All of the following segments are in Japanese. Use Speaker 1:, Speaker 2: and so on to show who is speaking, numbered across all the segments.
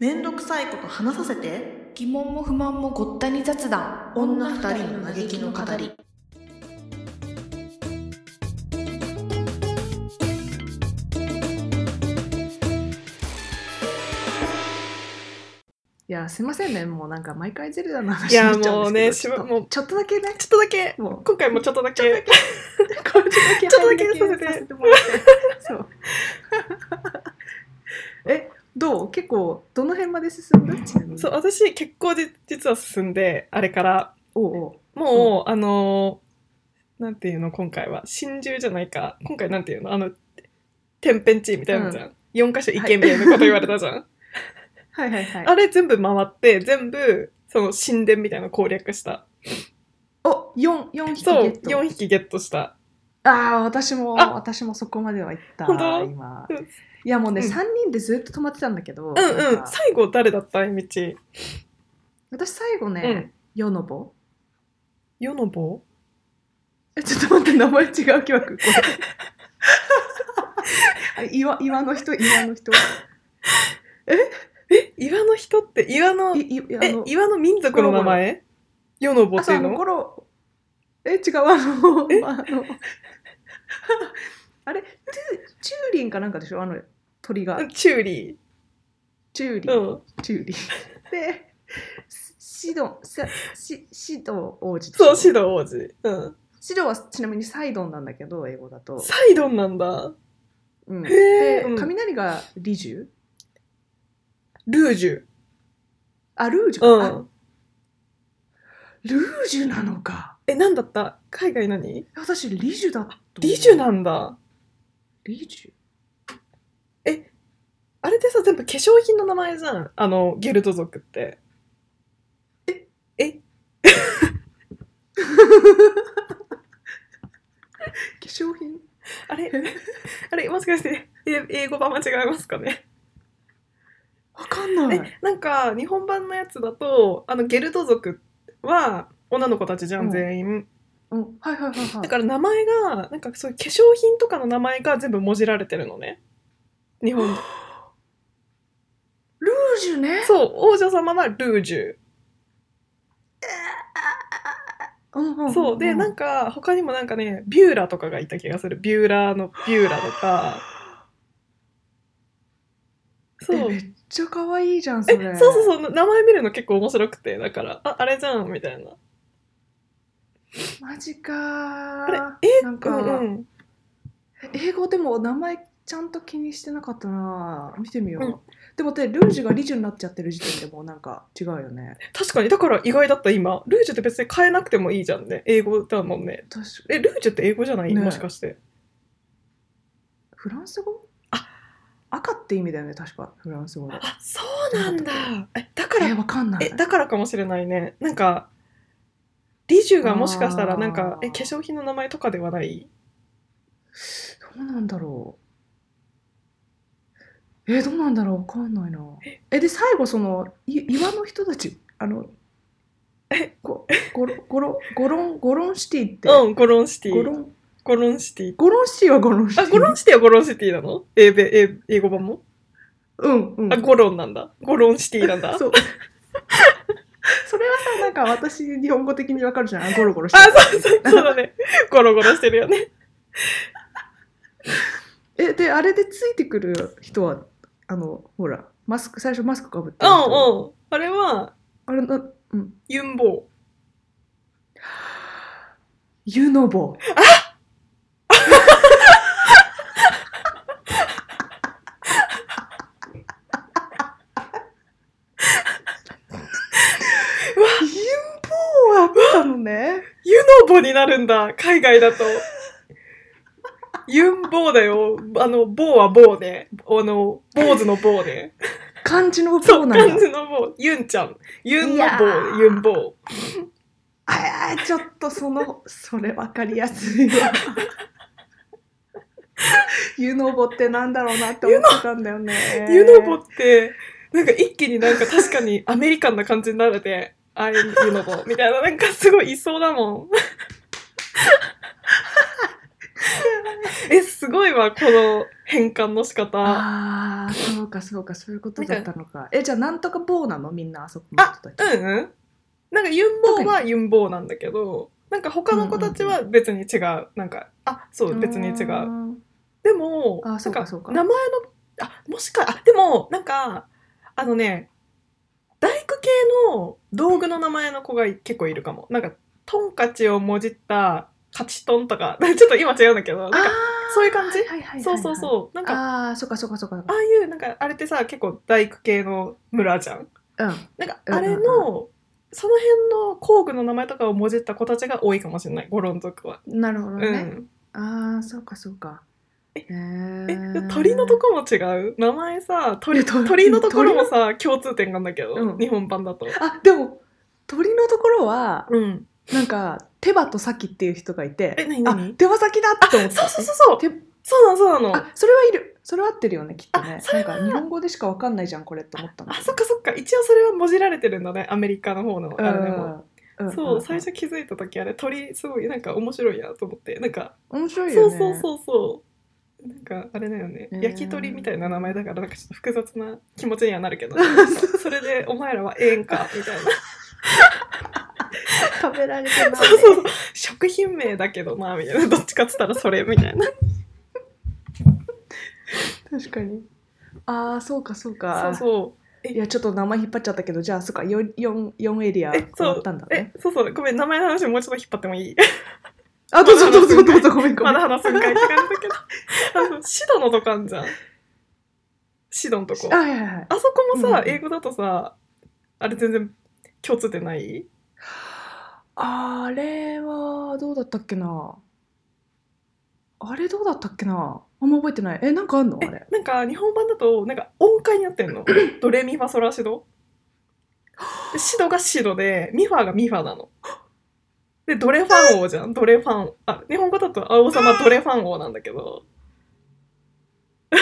Speaker 1: めんどくさいこと話させて
Speaker 2: 疑問も不満もごったに雑談
Speaker 1: 女二人の嘆きの語り
Speaker 3: いや、すいませんね。もうなんか毎回ゼルダの話
Speaker 4: いや
Speaker 3: になっちゃうんですけど
Speaker 4: も
Speaker 3: ちょっと
Speaker 4: うねしまもう
Speaker 3: ちょっとだけね。
Speaker 4: ちょっとだけ、
Speaker 3: もう、
Speaker 4: 今回もちょっとだけ、
Speaker 3: これだけ
Speaker 4: ちょっとだけ
Speaker 3: 拝見
Speaker 4: さ
Speaker 3: さ
Speaker 4: せ
Speaker 3: せてもらって。そう。 え、どう結構、どの辺まで進んだちなみに。
Speaker 4: そう、私結構じ実は進んで、あれから、
Speaker 3: おうおう
Speaker 4: もう、あのー、なんていうの、今回は、真珠じゃないか、今回なんていうの、あの、天変地異みたいなのじゃん。4箇所意見みたいなこと言われたじゃん。
Speaker 3: はいはいはい。
Speaker 4: あれ全部回って、全部、その神殿みたいなの攻略した。
Speaker 3: お、四四匹ゲ
Speaker 4: そう、
Speaker 3: ット。
Speaker 4: 4匹ゲットした。
Speaker 3: ああ、私も、
Speaker 4: あ
Speaker 3: 私もそこまでは行った。
Speaker 4: 本当
Speaker 3: 今
Speaker 4: うん。
Speaker 3: いやもうね、
Speaker 4: うん
Speaker 3: 三人でずっと泊まってたんだけど、
Speaker 4: うん
Speaker 3: な
Speaker 4: うんん。
Speaker 3: か
Speaker 4: 最後誰だったえみち。
Speaker 3: 私最後
Speaker 4: う
Speaker 3: ね
Speaker 4: ん、。
Speaker 3: ヨノボ。
Speaker 4: 世の棒
Speaker 3: え、ちょっと待って、名前違う疑惑。これあれ 岩岩の人、岩の人。
Speaker 4: え、岩の人って、岩の、
Speaker 3: いいあ
Speaker 4: え
Speaker 3: の、
Speaker 4: 岩の民族の名前世の棒って
Speaker 3: 朝
Speaker 4: いう
Speaker 3: の
Speaker 4: の
Speaker 3: 頃、え、違う、あの、 あの、あれ、トゥチューリンかなんかでしょあの、鳥が。
Speaker 4: チューリ
Speaker 3: チューリ
Speaker 4: ー。
Speaker 3: ン、
Speaker 4: うん。
Speaker 3: チューリン。で、シシドン、シシシド王子。
Speaker 4: そう、シド王子。うん。
Speaker 3: シドはちなみにサイドンなんだけど、英語だと。
Speaker 4: サイドンなんだ。
Speaker 3: うん、
Speaker 4: へ
Speaker 3: で
Speaker 4: ーうん、
Speaker 3: 雷がリジュ
Speaker 4: ルージュ。
Speaker 3: あ、ルージュか、
Speaker 4: う
Speaker 3: あ
Speaker 4: ん。
Speaker 3: ルージュなのか。
Speaker 4: え、なんだった海外何
Speaker 3: 私、リジュだと思う。
Speaker 4: リジュなんだ。
Speaker 3: リジ
Speaker 4: あれってさ、全部化粧品の名前じゃん。あの、ゲルト族って。
Speaker 3: ュ。化粧品
Speaker 4: あれ あれもしかして、え英語版間違いますかね
Speaker 3: わかんな
Speaker 4: え
Speaker 3: い。、
Speaker 4: なんか、日本版のやつだと、あの、ゲルト族は、女の子たちじゃ
Speaker 3: うん
Speaker 4: ん、全員。
Speaker 3: うん、はいはいはいはい。
Speaker 4: だから名前が、なんかそういう化粧品とかの名前が全部文字られてるのね。日 本。
Speaker 3: ルージュね。
Speaker 4: そう、王女様はルージュ。そう。で、なん
Speaker 3: か、
Speaker 4: か、他にもなんかね、ビューラとかがいた気がする。ビューラーのビューラとか。そ
Speaker 3: え
Speaker 4: う
Speaker 3: め。っちゃ可愛いじゃん、そ
Speaker 4: え、
Speaker 3: れ。
Speaker 4: そうそう
Speaker 3: う。
Speaker 4: そう。名前見るの結構面白くて、だから、あ、あれじゃん、みたいな。
Speaker 3: マジか
Speaker 4: あ
Speaker 3: えなん
Speaker 4: う
Speaker 3: か、
Speaker 4: んうん。
Speaker 3: 英語でも名前ちゃんと気にしてなかったな見てみよう。
Speaker 4: うん
Speaker 3: でも、でルージュがリジュになっちゃってる時点でもうなんか違うよね。
Speaker 4: 確かに、だから意外だった、今。ルージュって別に変えなくてもいいじゃんね。英語だもんね。
Speaker 3: 確か
Speaker 4: え、ルージュって英語じゃない、
Speaker 3: ね
Speaker 4: もしかして。
Speaker 3: フランス語赤って意味だよね、確か。フランス語の。
Speaker 4: あ、そうなんだ。え、だか
Speaker 3: え
Speaker 4: ら
Speaker 3: ー、わかんない。
Speaker 4: えだからかもしれないねなんかリジュがもしかした
Speaker 3: あ
Speaker 4: ら
Speaker 3: ー
Speaker 4: なんかえ化粧品の名前とかではない
Speaker 3: どうなんだろう。えーどうなんだろうわかんないな。え、で、最後、その、い岩の人たち、あの、ごごろごろゴロン、ゴロンシティって、
Speaker 4: うんゴロンシティ
Speaker 3: ゴロン、
Speaker 4: ゴロンシティ
Speaker 3: ゴロンシティはゴロンシティ。
Speaker 4: あゴロンシティはゴロンシティなの英米英英語版も
Speaker 3: うんうん。
Speaker 4: あゴロンなんだゴロンシティなんだあ
Speaker 3: そう。それはさ、なんか私、日本語的にわかるじゃん。あゴロゴロしてる。
Speaker 4: そうそうそうだねゴロゴロしてるよね
Speaker 3: え、で、あれでついてくる人は、あの、ほら、マスク、最初マスクかぶって
Speaker 4: う
Speaker 3: る
Speaker 4: ん
Speaker 3: 人
Speaker 4: うんあれは
Speaker 3: あれな、うん。
Speaker 4: ユンボ
Speaker 3: ユノボ。 あユンボーあったのね。
Speaker 4: ユノボになるんだ海外だとユンボーだよあのボーはボーねあの坊主のボーね
Speaker 3: 漢字の
Speaker 4: そ
Speaker 3: 方
Speaker 4: う、
Speaker 3: なん
Speaker 4: 漢
Speaker 3: だ。
Speaker 4: 字の棒、ユンちゃん。ユ
Speaker 3: い
Speaker 4: ンの
Speaker 3: やー
Speaker 4: 棒、ユン棒。
Speaker 3: ああ、ちょっとその、それわかりやすい わ。ユノボってなんだろうなって思ってたんだよね。
Speaker 4: ユノボって、なんか一気になんか確かにアメリカンな感じになれて、あれ、ユノボみたいな、なんかすごいいそうだもん。え、すごいわ、この変換の仕方。
Speaker 3: ああそうかそうかそういうことだったのかえじゃあなんとか棒なのみんなあそこの人たち
Speaker 4: うんうん。なんかユンボーはユンボーなんだけど、なんか他の子たちは別に違う。なんか、あ、そう、別に違う。
Speaker 3: う
Speaker 4: でも、
Speaker 3: あ
Speaker 4: なん
Speaker 3: そうか
Speaker 4: か
Speaker 3: そうか
Speaker 4: 名前の、あ、もしか、あ、でも、なんか、あのね、大工系の道具の名前の子が結構いるかも。なんか、トンカチをもじったカチトンとか、 ちょっと今違うんだけど、なんか、そういう感じ
Speaker 3: はいはいはいはい
Speaker 4: そうそうそう。なんか、
Speaker 3: ああそうかそうかそうか
Speaker 4: ああいうなんかあれってさ結構大工系の村じゃん
Speaker 3: うん
Speaker 4: なんか
Speaker 3: うんうん
Speaker 4: あ
Speaker 3: うん
Speaker 4: れのその辺の工具の名前とかをもじった子たちが多いかもしれないゴロン族は、
Speaker 3: なるほど
Speaker 4: う
Speaker 3: ね、
Speaker 4: ん
Speaker 3: ああそうかそうかえ
Speaker 4: え鳥のとこも違う名前さ鳥
Speaker 3: いや 鳥
Speaker 4: 鳥のところもさ共通点があるんだけど、
Speaker 3: うん
Speaker 4: 日本版だと
Speaker 3: あでも鳥のところは
Speaker 4: うん
Speaker 3: なんか手羽と先っていう人がいて
Speaker 4: え何何
Speaker 3: あ手羽先だって思って
Speaker 4: そうそうそうそう
Speaker 3: 手
Speaker 4: そうなのそうなのあ
Speaker 3: あそれはいるそれは合ってるよねきっとね
Speaker 4: あそれ
Speaker 3: なんか日本語でしかわかんないじゃんこれって思ったの
Speaker 4: そっかそっか一応それはもじられてるんだねアメリカの方のあれでも、
Speaker 3: うん
Speaker 4: そう最初気づいた時あれ鳥すごいなんか面白いなと思ってなんか
Speaker 3: 面白い
Speaker 4: そ
Speaker 3: よ
Speaker 4: う
Speaker 3: ね
Speaker 4: そうそうそう。なんかあれだよね、
Speaker 3: ね
Speaker 4: 焼き鳥みたいな名前だからなんかちょっと複雑な気持ちにはなるけど それでお前らはええんかみたいな
Speaker 3: 食べられ てない
Speaker 4: そうそうそう食品名だけどまあみたいなどっちかっつったらそれみたいな
Speaker 3: 確かにああそうかそう
Speaker 4: そ
Speaker 3: か
Speaker 4: うそう
Speaker 3: いやちょっと名前引っ張っちゃったけどじゃあそっか 4, 四四エリア
Speaker 4: え
Speaker 3: 終わったんだ
Speaker 4: え
Speaker 3: ね
Speaker 4: そうそうごめん名前の話もうちょっと引っ張ってもいい
Speaker 3: あどうぞどうぞどうぞごめんごめ
Speaker 4: ま
Speaker 3: ん
Speaker 4: だ話すんかいって感じだけどあの シドのとこあんじゃんシドのとこ
Speaker 3: あ
Speaker 4: あ
Speaker 3: はいはいはい
Speaker 4: そこもさ、
Speaker 3: うんうん
Speaker 4: 英語だとさあれ全然共通点ない
Speaker 3: あれはどうだったっけなあれどうだったっけなあんま覚えてないえなんかあんのあれ
Speaker 4: なんか日本版だとなんか音階になって んのドレミファソラシドでシドがシドでミファがミファなのでドレファン王じゃんドレファンあ日本語だと王様ドレファン王なんだけど
Speaker 3: あ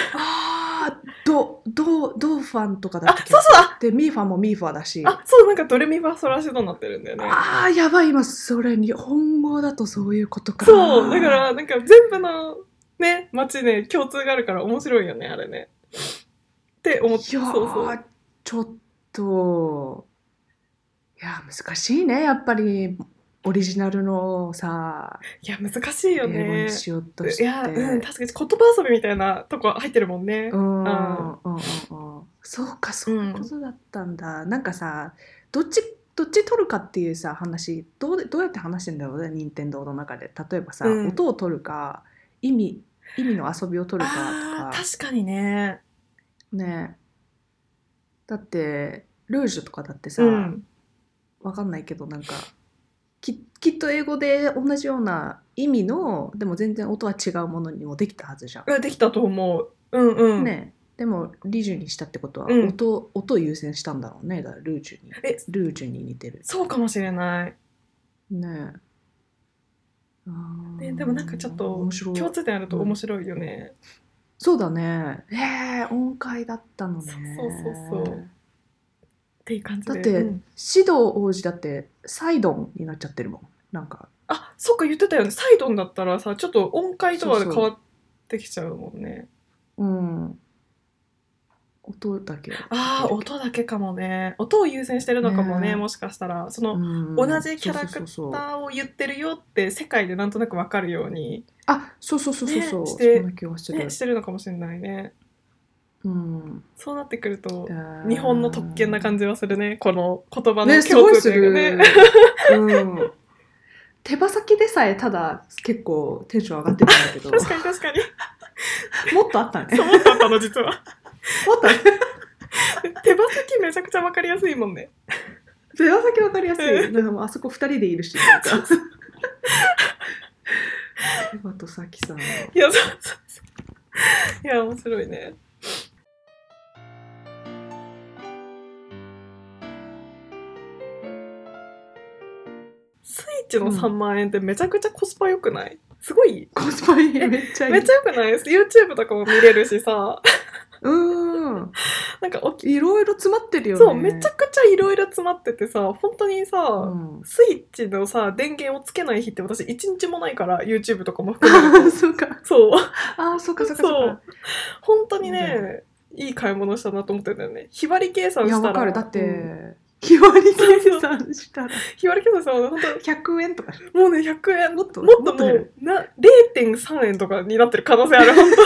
Speaker 3: あドドドーファンとかだ
Speaker 4: あ
Speaker 3: ったっけ
Speaker 4: そうそうあ
Speaker 3: でミーファもミーファだし
Speaker 4: あそうなんかドレミファソラシドになってるんだよね
Speaker 3: あーやばい今それ日本語だとそういうことか
Speaker 4: そうだからなんか全部のね街ね共通があるから面白いよねあれねって思って
Speaker 3: い
Speaker 4: そ
Speaker 3: や
Speaker 4: う
Speaker 3: ー
Speaker 4: そう
Speaker 3: ちょっといやー難しいねやっぱりオリジナルのさ
Speaker 4: いや難しいよ
Speaker 3: 英語
Speaker 4: ね
Speaker 3: にしようとして
Speaker 4: いや、うん、確かに言葉遊びみたいなとこ入ってるもんね
Speaker 3: うんうんう
Speaker 4: ん
Speaker 3: んうんそうかそういうことだったんだ、なんかさどっちどっち取るかっていうさ話どうどうやって話してんだろうね任天堂の中で例えばさ、
Speaker 4: うん
Speaker 3: 音を取るか意味意味の遊びを取るか
Speaker 4: あ
Speaker 3: とか
Speaker 4: ー確かにね。
Speaker 3: ねだってルージュとかだってさ、
Speaker 4: うん
Speaker 3: わかんないけどなんかききっと英語で同じような意味のでも全然音は違うものにもできたはずじゃん。
Speaker 4: できたと思う。うんうん。
Speaker 3: ねでもリジュにしたってことは
Speaker 4: うん
Speaker 3: 音,、音を優先したんだろうねだからルージュに
Speaker 4: え
Speaker 3: ルージュに似てる。
Speaker 4: そうかもしれない。
Speaker 3: ねえ。あー
Speaker 4: ね、でもなんかちょっと
Speaker 3: 面白い
Speaker 4: 共通点あると面白いよね。
Speaker 3: そうだねえー、音階だったのね
Speaker 4: そうそうそうそうっていう感じで。
Speaker 3: だって
Speaker 4: うん
Speaker 3: シド王子だってサイドンになっちゃってるもんなんか
Speaker 4: あそっか言ってたよね。サイドンだったらさちょっと音階とは
Speaker 3: そう
Speaker 4: 変
Speaker 3: そう
Speaker 4: わってきちゃうもんね。
Speaker 3: うん音だけ
Speaker 4: ああ音だけかもね。音を優先してるのかもね。
Speaker 3: ね
Speaker 4: もしかしたらその。
Speaker 3: 同
Speaker 4: 同じキャラクターを言ってるよって世界でなんとなくわかるように、
Speaker 3: あそうそうそうそうそう、
Speaker 4: ねして
Speaker 3: そんな気がする、
Speaker 4: ね、してるのかもしれないね
Speaker 3: うん、
Speaker 4: そうなってくると日本の特権な感
Speaker 3: じ
Speaker 4: じはするねこの言葉の
Speaker 3: ねすごいす
Speaker 4: 点
Speaker 3: る、
Speaker 4: が
Speaker 3: うん、手羽先でさえただ結構テンション上がってたんだけ ど
Speaker 4: 確かに確かに
Speaker 3: もっとあったね
Speaker 4: そう思ったの実は
Speaker 3: もっとあった
Speaker 4: 手羽先めちゃくちゃわかりやすいもんね
Speaker 3: 手羽先わかりやす
Speaker 4: う
Speaker 3: いなんかもうあそこ二人でいるしなんか手羽と先さんの
Speaker 4: いやそうそうそういや面白いねスイッチの3万円ってめちゃくちゃコスパ良くないすごい
Speaker 3: コスパいいめっちゃいい
Speaker 4: めっちゃ良くない ?YouTube とかも見れるしさ、
Speaker 3: うん
Speaker 4: なんなんかおき、
Speaker 3: いろいろ詰まってるよね。
Speaker 4: そう、めちゃくちゃいろいろ詰まっててさ、本当にさ、
Speaker 3: うん
Speaker 4: スイッチのさ、電源をつけない日って私一日もないから、YouTube とかも含 めると。
Speaker 3: そうか。
Speaker 4: そう。
Speaker 3: ああ、そうか、そうか、
Speaker 4: そ
Speaker 3: そうう。
Speaker 4: 本当にね、いい買い物したなと思ってんだよね。日割り計
Speaker 3: か。
Speaker 4: 算
Speaker 3: い
Speaker 4: し
Speaker 3: や、
Speaker 4: た
Speaker 3: わ
Speaker 4: ら。
Speaker 3: かる。だっ
Speaker 4: うん
Speaker 3: て、日割り計算したら、
Speaker 4: 日割り計算したら、本
Speaker 3: 100円とか、
Speaker 4: 当もうね、100円。もっ
Speaker 3: と
Speaker 4: もっと
Speaker 3: もっと
Speaker 4: も
Speaker 3: 減
Speaker 4: う
Speaker 3: る、
Speaker 4: な、0.3円とかになってる可能性あ る。本当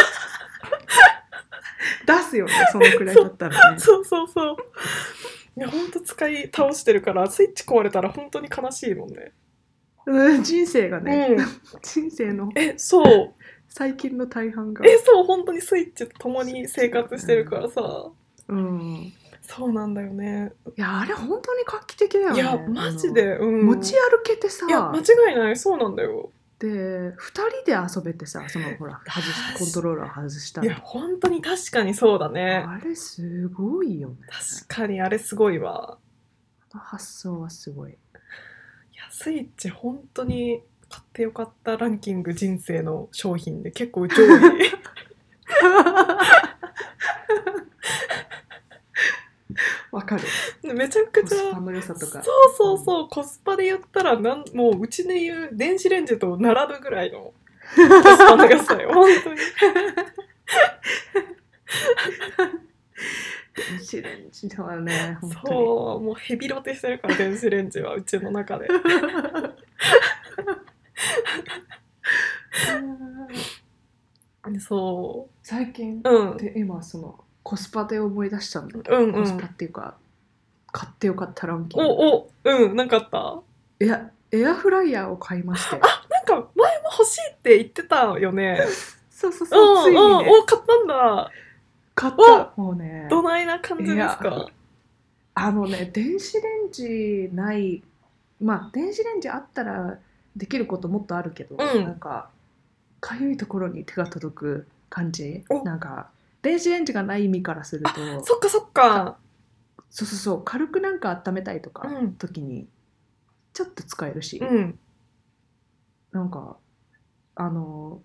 Speaker 3: 出すよね、そのくらいだったらね。
Speaker 4: そうそうそう。いや、本当使い倒してるから、スイッチ壊れたら本当に悲しいもんね。
Speaker 3: うん人生がね、
Speaker 4: うん。
Speaker 3: 人生の
Speaker 4: え、そう。
Speaker 3: 最近の大半が。
Speaker 4: え、そう、本当にスイッチと共に生活してるからさ。
Speaker 3: うん。い
Speaker 4: そうなんだよね。
Speaker 3: や、あれ本当に画期的だよ
Speaker 4: い
Speaker 3: ね。
Speaker 4: や、マジ
Speaker 3: あ
Speaker 4: で。う
Speaker 3: の。
Speaker 4: ん。
Speaker 3: 持ち歩けてさ
Speaker 4: い、や、間違いない。そうなんだよ。
Speaker 3: で、2人で遊べてさ、そのほら、外しコントローラー外した
Speaker 4: いや、
Speaker 3: ら。
Speaker 4: 本当に確かにそうだね。
Speaker 3: あれすごいよね。
Speaker 4: 確かにあれすごいわ。
Speaker 3: あの発想はすご い。
Speaker 4: いや、スイッチ本当に買ってよかったランキング人生の商品で結構上位。
Speaker 3: わかる。
Speaker 4: めちゃく
Speaker 3: コ
Speaker 4: ち
Speaker 3: ス
Speaker 4: ゃ
Speaker 3: パ。の良さと
Speaker 4: そう
Speaker 3: か。
Speaker 4: そうそう、コスパで言ったらなん、もううちで言う電子レンジと並ぶぐらいの コスパの良 さよ、本当に。
Speaker 3: 電子レンジではね、本当に。
Speaker 4: そう、もうヘビロテしてるから、電子レンジはうちの中で。そ
Speaker 3: 最近
Speaker 4: う、うん、
Speaker 3: で今そのコスパで思い出したんだけ
Speaker 4: うん
Speaker 3: ど、
Speaker 4: う
Speaker 3: コスパ
Speaker 4: ん。
Speaker 3: っていうか買ってよかったランキング。
Speaker 4: お、お、うん、なんかあった
Speaker 3: エアエアフライヤーを買いまして。
Speaker 4: なんか前も欲しいって言ってたよね。
Speaker 3: そうそう
Speaker 4: う
Speaker 3: そう。つい
Speaker 4: ん、うん、
Speaker 3: にね
Speaker 4: お、買ったんだ。
Speaker 3: 買った。もうね。
Speaker 4: どないな感じです
Speaker 3: い
Speaker 4: か
Speaker 3: やあのね電子レンジないまあ電子レンジあったらできることもっとあるけど、
Speaker 4: うん
Speaker 3: なんかかゆいところに手が届く感じ
Speaker 4: お
Speaker 3: なんか電子レンジがない意味からすると
Speaker 4: そっかそっか。
Speaker 3: そうそうそう軽くなんか温めたいとか
Speaker 4: うん
Speaker 3: 時にちょっと使えるし、
Speaker 4: うん。
Speaker 3: なんかあの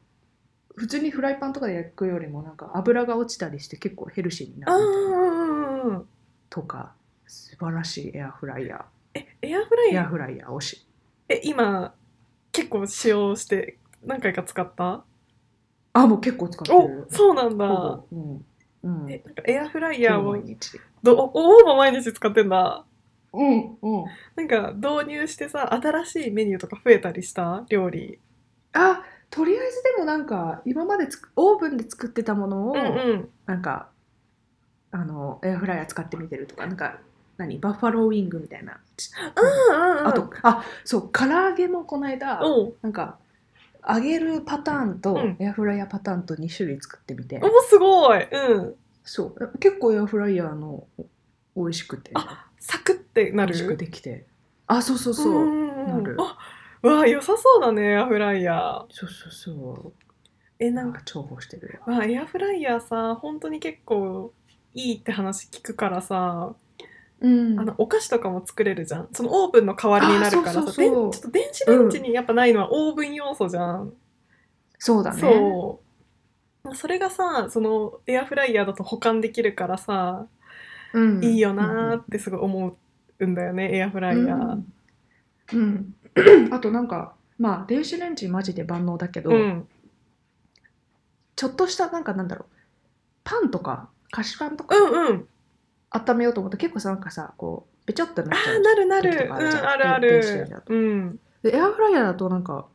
Speaker 3: 普通にフライパンとかで焼くよりもなんか油が落ちたりして結構ヘルシーにな
Speaker 4: ああ、
Speaker 3: る
Speaker 4: う
Speaker 3: みたいなん
Speaker 4: うんうん。
Speaker 3: とか素晴らしいエアフライヤ
Speaker 4: エアフラ
Speaker 3: ー
Speaker 4: イ
Speaker 3: エア
Speaker 4: ヤー。
Speaker 3: フライヤー推し。
Speaker 4: え、今、結構使用して、何回か使った
Speaker 3: あ、もう結構使ってる
Speaker 4: お、。そうなんだ
Speaker 3: ほ。ぼうん。うん。
Speaker 4: え、なんかエアフライヤー
Speaker 3: ほぼ
Speaker 4: を
Speaker 3: 毎、日。
Speaker 4: どおおほぼ毎日使ってんだ。
Speaker 3: うん、うん。
Speaker 4: なんか導入してさ、新しいメニューとか増えたりした料理。
Speaker 3: あ、とりあえずでもなんか、今までつくオーブンで作ってたものを、
Speaker 4: うんうん。
Speaker 3: なんか、あの、エアフライヤー使ってみてるとか、なんか、何バッファローウィングみたいな。ち
Speaker 4: うんうんうん。
Speaker 3: あと、あ、そう、唐揚げもこの間、
Speaker 4: おう、
Speaker 3: なんか、揚げるパターンと
Speaker 4: うん
Speaker 3: エアフライヤーパターンと2種類作ってみて、
Speaker 4: お、すごい。うん。
Speaker 3: そう、結構エアフライヤーの美味しくて、
Speaker 4: あサクってな
Speaker 3: 美味しく
Speaker 4: る。
Speaker 3: できて。あ、そうそうそう。
Speaker 4: んうん
Speaker 3: な
Speaker 4: うん
Speaker 3: る
Speaker 4: あ、わあ、良さそうだね、エアフライヤー。
Speaker 3: そうそうそう。
Speaker 4: え、な
Speaker 3: なんん
Speaker 4: か
Speaker 3: か、重宝してる。
Speaker 4: まあ、エアフライヤーさ、本当に結構いいって話聞くからさ、
Speaker 3: うん
Speaker 4: あのお菓子とかも作れるじゃんそのオーブンの代わりになるからさ
Speaker 3: あそうそうそう
Speaker 4: でんちょっと電子レンジにやっぱないのはオーブン要素じゃん、
Speaker 3: そうだね。
Speaker 4: そうそれがさそのエアフライヤーだと保管できるからさ、
Speaker 3: うん
Speaker 4: いいよなーってすごい思うんだよね、エアフライヤー、うん
Speaker 3: うん。 うんあとなんか、まあ、電子レンジマジで万能だけど、ちょっとしたなんかなんだろう、パンとか、菓子パンと
Speaker 4: う
Speaker 3: か
Speaker 4: んうん
Speaker 3: 温めようと思って結構さ、なんかさ、こう、べちょっとな
Speaker 4: あ
Speaker 3: っちゃ
Speaker 4: あ
Speaker 3: う。
Speaker 4: なるなる
Speaker 3: 時と
Speaker 4: うん
Speaker 3: かあるじゃん
Speaker 4: あるあ
Speaker 3: 電子レン
Speaker 4: る
Speaker 3: ジだと
Speaker 4: うん
Speaker 3: でエアフライヤーだとなんか、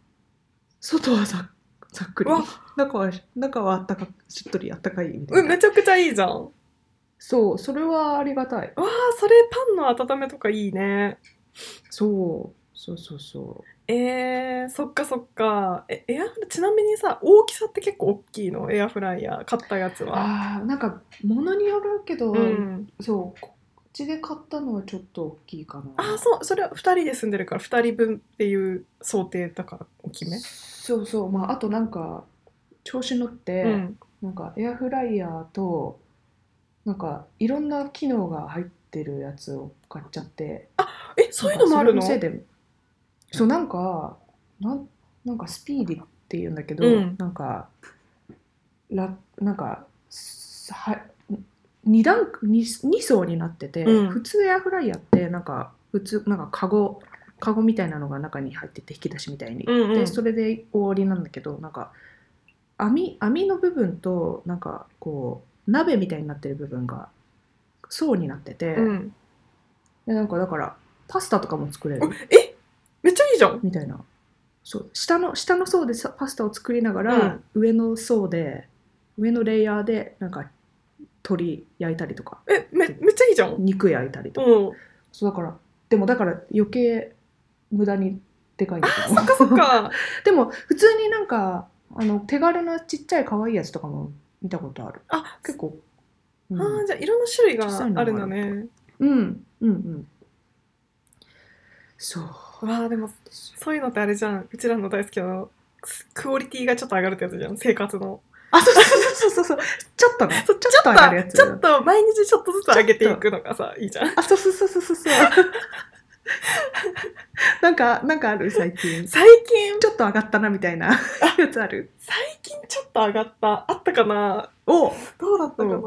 Speaker 3: 外はさ、ざっくり
Speaker 4: うわ。
Speaker 3: 中は、中はあったか、しっとりあったかいみた
Speaker 4: う
Speaker 3: い
Speaker 4: ん
Speaker 3: な。
Speaker 4: めちゃくちゃいいじゃんわ
Speaker 3: そう、それはありがたい。
Speaker 4: あそれパンの温めとかいいね
Speaker 3: そう、そうそうそう。
Speaker 4: えー、そっかそっかえエアフラちなみにさ大きさって結構大きいのエアフライヤー買ったやつは
Speaker 3: ああ、なんか、ものによるけど、
Speaker 4: うん
Speaker 3: そう、こっちで買ったのはちょっと大きいかな。
Speaker 4: あそうそれは2人で住んでるから2人分っていう想定だから大きめ、
Speaker 3: そうそう、まあ、あとなんか、調子乗って、
Speaker 4: うん、
Speaker 3: なんかエアフライヤーと、なんかいろんな機能が入ってるやつを買っちゃって、
Speaker 4: えそういうのもあるの
Speaker 3: なんかそれのせいで、そう、なんか、なんなんかスピーディっていうんだけど、
Speaker 4: うん
Speaker 3: なんか、らなんか、すは2段二二層になってて、
Speaker 4: うん
Speaker 3: 普通エアフライヤーってなんか普通なんかカゴカゴみたいなのが中に入ってて引き出しみたいに、
Speaker 4: うんうん
Speaker 3: でそれで終わりなんだけどなんか網網の部分となんかこう鍋みたいになってる部分が層になってて、
Speaker 4: うん、
Speaker 3: でなんかだからパスタとかも作れる
Speaker 4: えめっちゃいいじゃん
Speaker 3: みたいなそう下の下の層でさパスタを作りながら、上の層で上のレイヤーでなんか鶏焼いたりとか
Speaker 4: えめめっちゃいいじゃん
Speaker 3: 肉焼いたりとか、
Speaker 4: うん
Speaker 3: そうだからでもだから余計無駄にでかいんだけど
Speaker 4: そっかそっか
Speaker 3: でも普通になんかあの手軽なちっちゃい可愛いやつとかも見たことある
Speaker 4: あ
Speaker 3: 結構、
Speaker 4: あ
Speaker 3: うん、
Speaker 4: ーじゃあいろんな種類が
Speaker 3: 小さいのも
Speaker 4: あ
Speaker 3: ある
Speaker 4: るんだね
Speaker 3: うんうんうんそう
Speaker 4: わあでもそういうのってあれじゃんうちらの大好きなクオリティがちょっと上がるってやつじゃん生活の
Speaker 3: あそうそうそうそうそうちょっとねちょっと上がるやつ
Speaker 4: ちょっと毎日ちょっとずつ上げていくのがさいいじゃん
Speaker 3: あ、そうそうそう そうそうそう。なんか、なんかある最近。
Speaker 4: 最近
Speaker 3: ちょっと上がったなみたいなやつある。
Speaker 4: 最近ちょっと上がったあったかな
Speaker 3: お
Speaker 4: どうだったかな、
Speaker 3: うん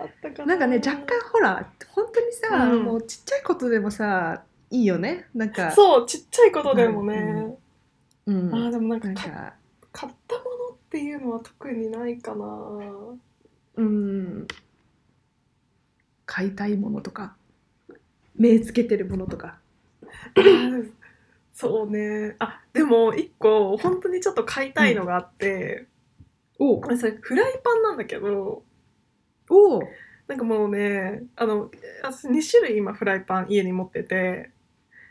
Speaker 4: あったかな
Speaker 3: なんかね、若干ほら、本当にさ、
Speaker 4: うん
Speaker 3: もうちっちゃいことでもさ、いいよね。なんか、
Speaker 4: そうちっちゃいことでもね、
Speaker 3: う。ん。
Speaker 4: あーでもなんか
Speaker 3: なん
Speaker 4: か
Speaker 3: か、
Speaker 4: 買ったものっていうのは特にない かな
Speaker 3: うん。買いたいものとか、目つけてるものとか。
Speaker 4: あーそうねあでも一個本当にちょっと買いたいのがあって、
Speaker 3: お
Speaker 4: これそれフライパンなんだけど
Speaker 3: お
Speaker 4: なんかもうねあの私2種類今フライパン家に持ってて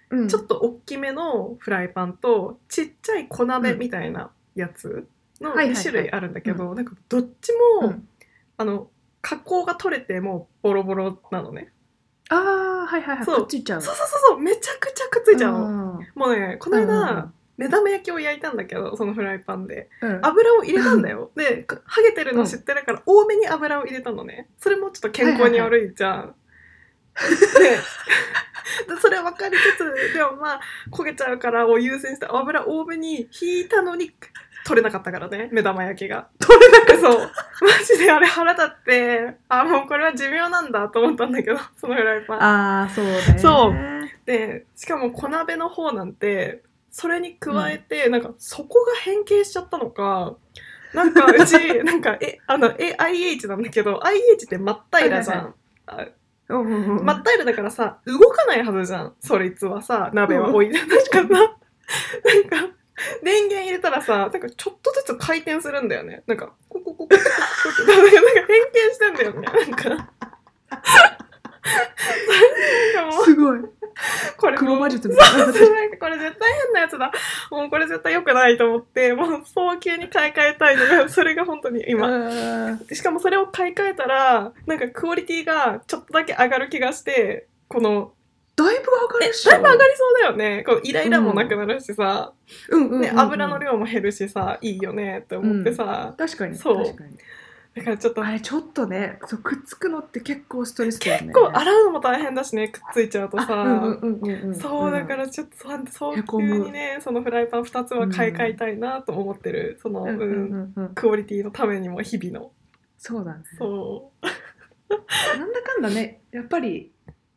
Speaker 3: うん
Speaker 4: ちょっと大きめのフライパンとちっちゃい小鍋みたいなやつの
Speaker 3: はいはいは
Speaker 4: 2
Speaker 3: い
Speaker 4: 種類あるんだけど、なんかどっちも、
Speaker 3: うん
Speaker 4: あの加工が取れてもうボロボロなのね
Speaker 3: ああ、はいはいはい。
Speaker 4: そう
Speaker 3: くっついちゃう。
Speaker 4: そうそうそうそうめちゃくちゃくっついちゃうの
Speaker 3: ん
Speaker 4: もうねこの間目玉焼きを焼いたんだけどそのフライパンで
Speaker 3: うん
Speaker 4: 油を入れたんだ よでか剥げてるの知ってるから多めに油を入れたのねそれもちょっと健康に悪いじゃん、 ででそれ分かりつつでもまあ焦げちゃうからを優先して油多めに引いたのに取れなかったからね目玉焼きが取れなかったそうマジであれ腹立ってあもうこれは寿命なんだと思ったんだけどそのフライパン
Speaker 3: ああ、そうね。
Speaker 4: そうでしかも小鍋の方なんてそれに加えて、なんか底が変形しちゃったのかなんかうちなんかえあのえ IH なんだけど IH って真っ平らじゃん、
Speaker 3: うんうんうん。
Speaker 4: 真っ平らだからさ動かないはずじゃんそいつはさ鍋は置いてないかななんか電源入れたらさなんかちょっとずつ回転するんだよねなんかここここここここってなんか変形してんだよねなんかなんかもう
Speaker 3: すごい。
Speaker 4: これもう
Speaker 3: 黒魔術みたいな。
Speaker 4: なんかこれ絶対変なやつだ。もうこれ絶対良くないと思って、もう早急に買い替えたい のが、それが本当に今。
Speaker 3: うん
Speaker 4: しかもそれを買い替えたら、なんかクオリティがちょっとだけ上がる気がして、この、
Speaker 3: だいぶ上がるっしょ。
Speaker 4: だいぶ上がりそうだよね。このイライラもなくなるしさ、
Speaker 3: うんうんうんうん
Speaker 4: ね、油の量も減るしさ、いいよねって思ってさ、
Speaker 3: 確かに。
Speaker 4: そう
Speaker 3: 確かに。
Speaker 4: だからちょっと、
Speaker 3: あれちょっとね、そうくっつくのって結構ストレスだよね。
Speaker 4: 結構洗うのも大変だしね、くっついちゃうと
Speaker 3: あ
Speaker 4: さ、
Speaker 3: うんうんうんうんうん。
Speaker 4: そうだからちょっとそう早急にねそのフライパン2つは買い替えたいなと思ってる、その、
Speaker 3: うんう
Speaker 4: うん
Speaker 3: んうんうん。
Speaker 4: クオリティのためにも日々の
Speaker 3: そうだね。
Speaker 4: そ
Speaker 3: なんだかんだね、やっぱり。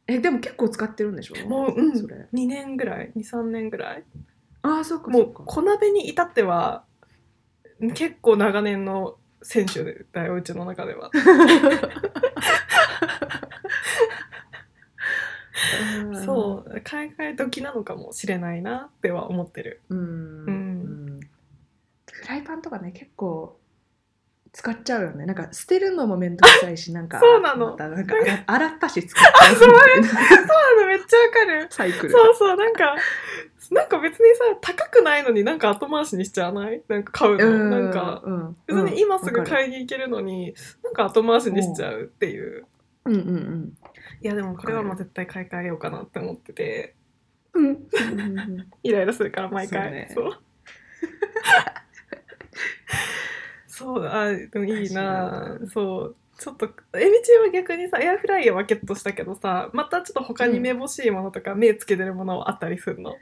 Speaker 3: え、でも結構使ってるんでしょ
Speaker 4: うもう、うん、
Speaker 3: それ。
Speaker 4: 2年ぐらい23年ぐらい
Speaker 3: ああ、そうか。
Speaker 4: も
Speaker 3: そう
Speaker 4: う
Speaker 3: か。
Speaker 4: 小鍋に至っては結構長年の選手だようちの中では
Speaker 3: う
Speaker 4: そう買い替え時なのかもしれないなっては思ってる。
Speaker 3: うん
Speaker 4: う
Speaker 3: うんん。フライパンとかね、結構。使っちゃうよね。なんか捨てるのもめんどくさい し、なんか。
Speaker 4: そうなの
Speaker 3: またなんか洗洗ったし使っち ゃうみたいな。
Speaker 4: そうなのめっちゃわかる
Speaker 3: サイクル。
Speaker 4: そうそうなんかなんか別にさ高くないのになんか後回しにしちゃわないなんか買うの
Speaker 3: ん
Speaker 4: なんか、
Speaker 3: うん、
Speaker 4: 別に今すぐ
Speaker 3: い、
Speaker 4: 買いに行けるのになんか後回しにしちゃうっていう
Speaker 3: うんうん
Speaker 4: いやでもこれはもう絶対買い替えようかなって思ってて
Speaker 3: うんうんうんうん
Speaker 4: イライラするから毎回そ,、
Speaker 3: そう
Speaker 4: そうあでもいいな
Speaker 3: 確かに
Speaker 4: そうちょっとえみちんは逆にさエアフライヤーはゲットしたけどさまたちょっと他に目ぼしいものとか、目つけてるものあったりするの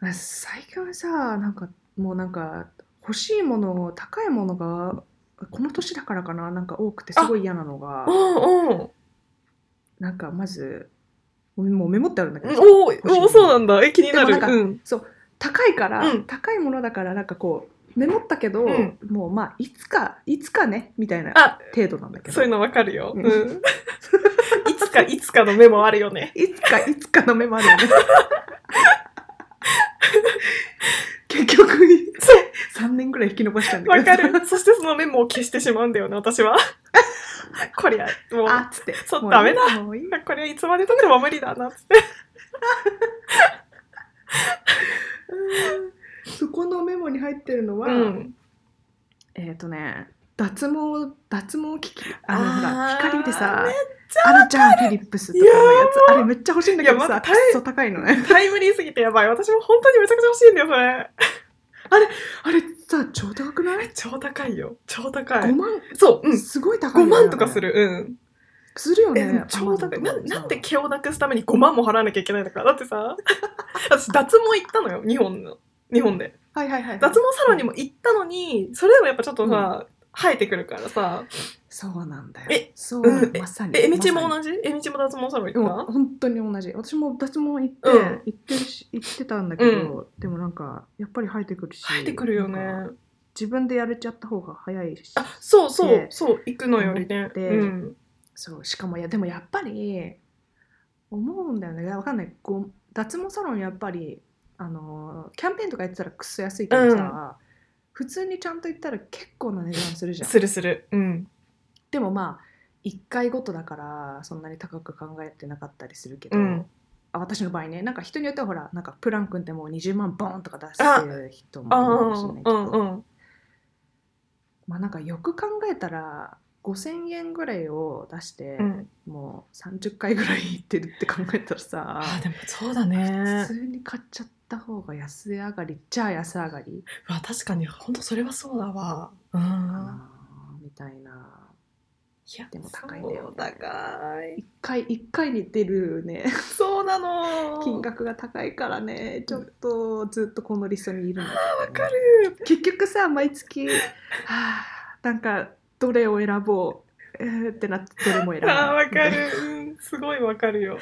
Speaker 3: あ最近はさなんかもうなんか欲しいもの高いものがこの年だからかななんか多くてすごい嫌なのが
Speaker 4: うんうん。
Speaker 3: なんかまずもうメモってあるんだけど
Speaker 4: おーおー、そうなんだ。え、気にな
Speaker 3: でも
Speaker 4: る。
Speaker 3: なんか
Speaker 4: うん。
Speaker 3: 高いから、
Speaker 4: うん
Speaker 3: 高いものだからなんかこうメモったけど、
Speaker 4: うん
Speaker 3: もうまあいつかいつかねみたいな
Speaker 4: あ
Speaker 3: 程度なんだけど
Speaker 4: そういうのわかるよ。
Speaker 3: う
Speaker 4: うんん。 い つか、いつかのメモあるよね。
Speaker 3: いつかいつかのメモあるよ ね結局3年ぐらい引き延ばしたんだ
Speaker 4: わ
Speaker 3: けど
Speaker 4: かる。そしてそのメモを消してしまうんだよね、私 は。こりゃ、もう、
Speaker 3: あっつって
Speaker 4: そう
Speaker 3: も
Speaker 4: ダメ
Speaker 3: だもういい
Speaker 4: これはいつまでたっても無理だなっつって。
Speaker 3: そこのメモに入ってるのは、
Speaker 4: うん。
Speaker 3: えっ、とね脱毛脱毛機器あの
Speaker 4: あー
Speaker 3: ほら光でさ
Speaker 4: めっ
Speaker 3: あるじゃんフィリップスとかのやつあれめっちゃ欲しいんだけど
Speaker 4: いやま
Speaker 3: さ
Speaker 4: だ
Speaker 3: くっそ高いのね
Speaker 4: タイムリーすぎてやばい。私も本当にめちゃくちゃ欲しいんだよ、それ。
Speaker 3: あれさ超高くない
Speaker 4: 超高いよ。超高
Speaker 3: 5
Speaker 4: い。
Speaker 3: 万
Speaker 4: そう、うん。
Speaker 3: すごい高いよ
Speaker 4: 5
Speaker 3: ね
Speaker 4: 万とかする。
Speaker 3: するよ
Speaker 4: うん。え
Speaker 3: ね
Speaker 4: 超高い。な
Speaker 3: Amazon とか
Speaker 4: なんで毛をなくすために5万も払わなきゃいけないのか。だってさ、 私脱毛行ったのよ、日本の。日本で。
Speaker 3: はいはいはい
Speaker 4: 脱毛サロンにも行ったのに、それでもやっぱちょっとさ、生えてくるからさ、
Speaker 3: そうなんだよ
Speaker 4: え
Speaker 3: そう
Speaker 4: うん
Speaker 3: まさに
Speaker 4: え、エミチ
Speaker 3: ま
Speaker 4: も
Speaker 3: さに
Speaker 4: 同じエミチも脱毛サロン
Speaker 3: でも
Speaker 4: 行っ
Speaker 3: 本当に同じ私も脱毛行って、
Speaker 4: うん
Speaker 3: 行ってるし行ってたんだけど、でもなんかやっぱり生えてくるした
Speaker 4: 生えてくるよね。
Speaker 3: なんか自分でやれちゃった方が早いし
Speaker 4: あ、そうそ
Speaker 3: で
Speaker 4: う、そう、行くのよりね。
Speaker 3: で
Speaker 4: うん。
Speaker 3: そうしかもいやでもやっぱり思うんだよねいやわかんないこう脱毛サロンやっぱりあのーキャンペーンとかやってたらくっそ安いけどさ、普通にちゃんと行ったら結構な値段するじゃん
Speaker 4: するする。うん。
Speaker 3: でもまあ1回ごとだからそんなに高く考えてなかったりするけど、
Speaker 4: うん
Speaker 3: あ私の場合ねなんか人によってはほらなんかプラン君ってもう20万ボーンとか出
Speaker 4: あ
Speaker 3: してる人
Speaker 4: あ
Speaker 3: もいるかもしれない
Speaker 4: ー
Speaker 3: け
Speaker 4: う
Speaker 3: ど
Speaker 4: んうん。
Speaker 3: まあなんかよく考えたら5000円ぐらいを出して、
Speaker 4: うん。
Speaker 3: もう30回ぐらい行ってるって考えたらさ
Speaker 4: あー、でもそうだ
Speaker 3: 普
Speaker 4: ね。
Speaker 3: 通に買っちゃった方が安上がりじゃあ安上がり
Speaker 4: うわ、確かに、本当それはそうだわ。う
Speaker 3: か
Speaker 4: ん。
Speaker 3: なみたいない
Speaker 4: や
Speaker 3: でも高いんだよね
Speaker 4: そう高い
Speaker 3: 1。回1回に出るね
Speaker 4: そうなの。
Speaker 3: 金額が高いからねちょっとずっとこのリストにいるんだけどね、
Speaker 4: わかる。
Speaker 3: 結局さ毎月はあなんかどれを選ぼう、えーってなってどれも選ぶ
Speaker 4: あー、わかる。うん、すごいわかるよ。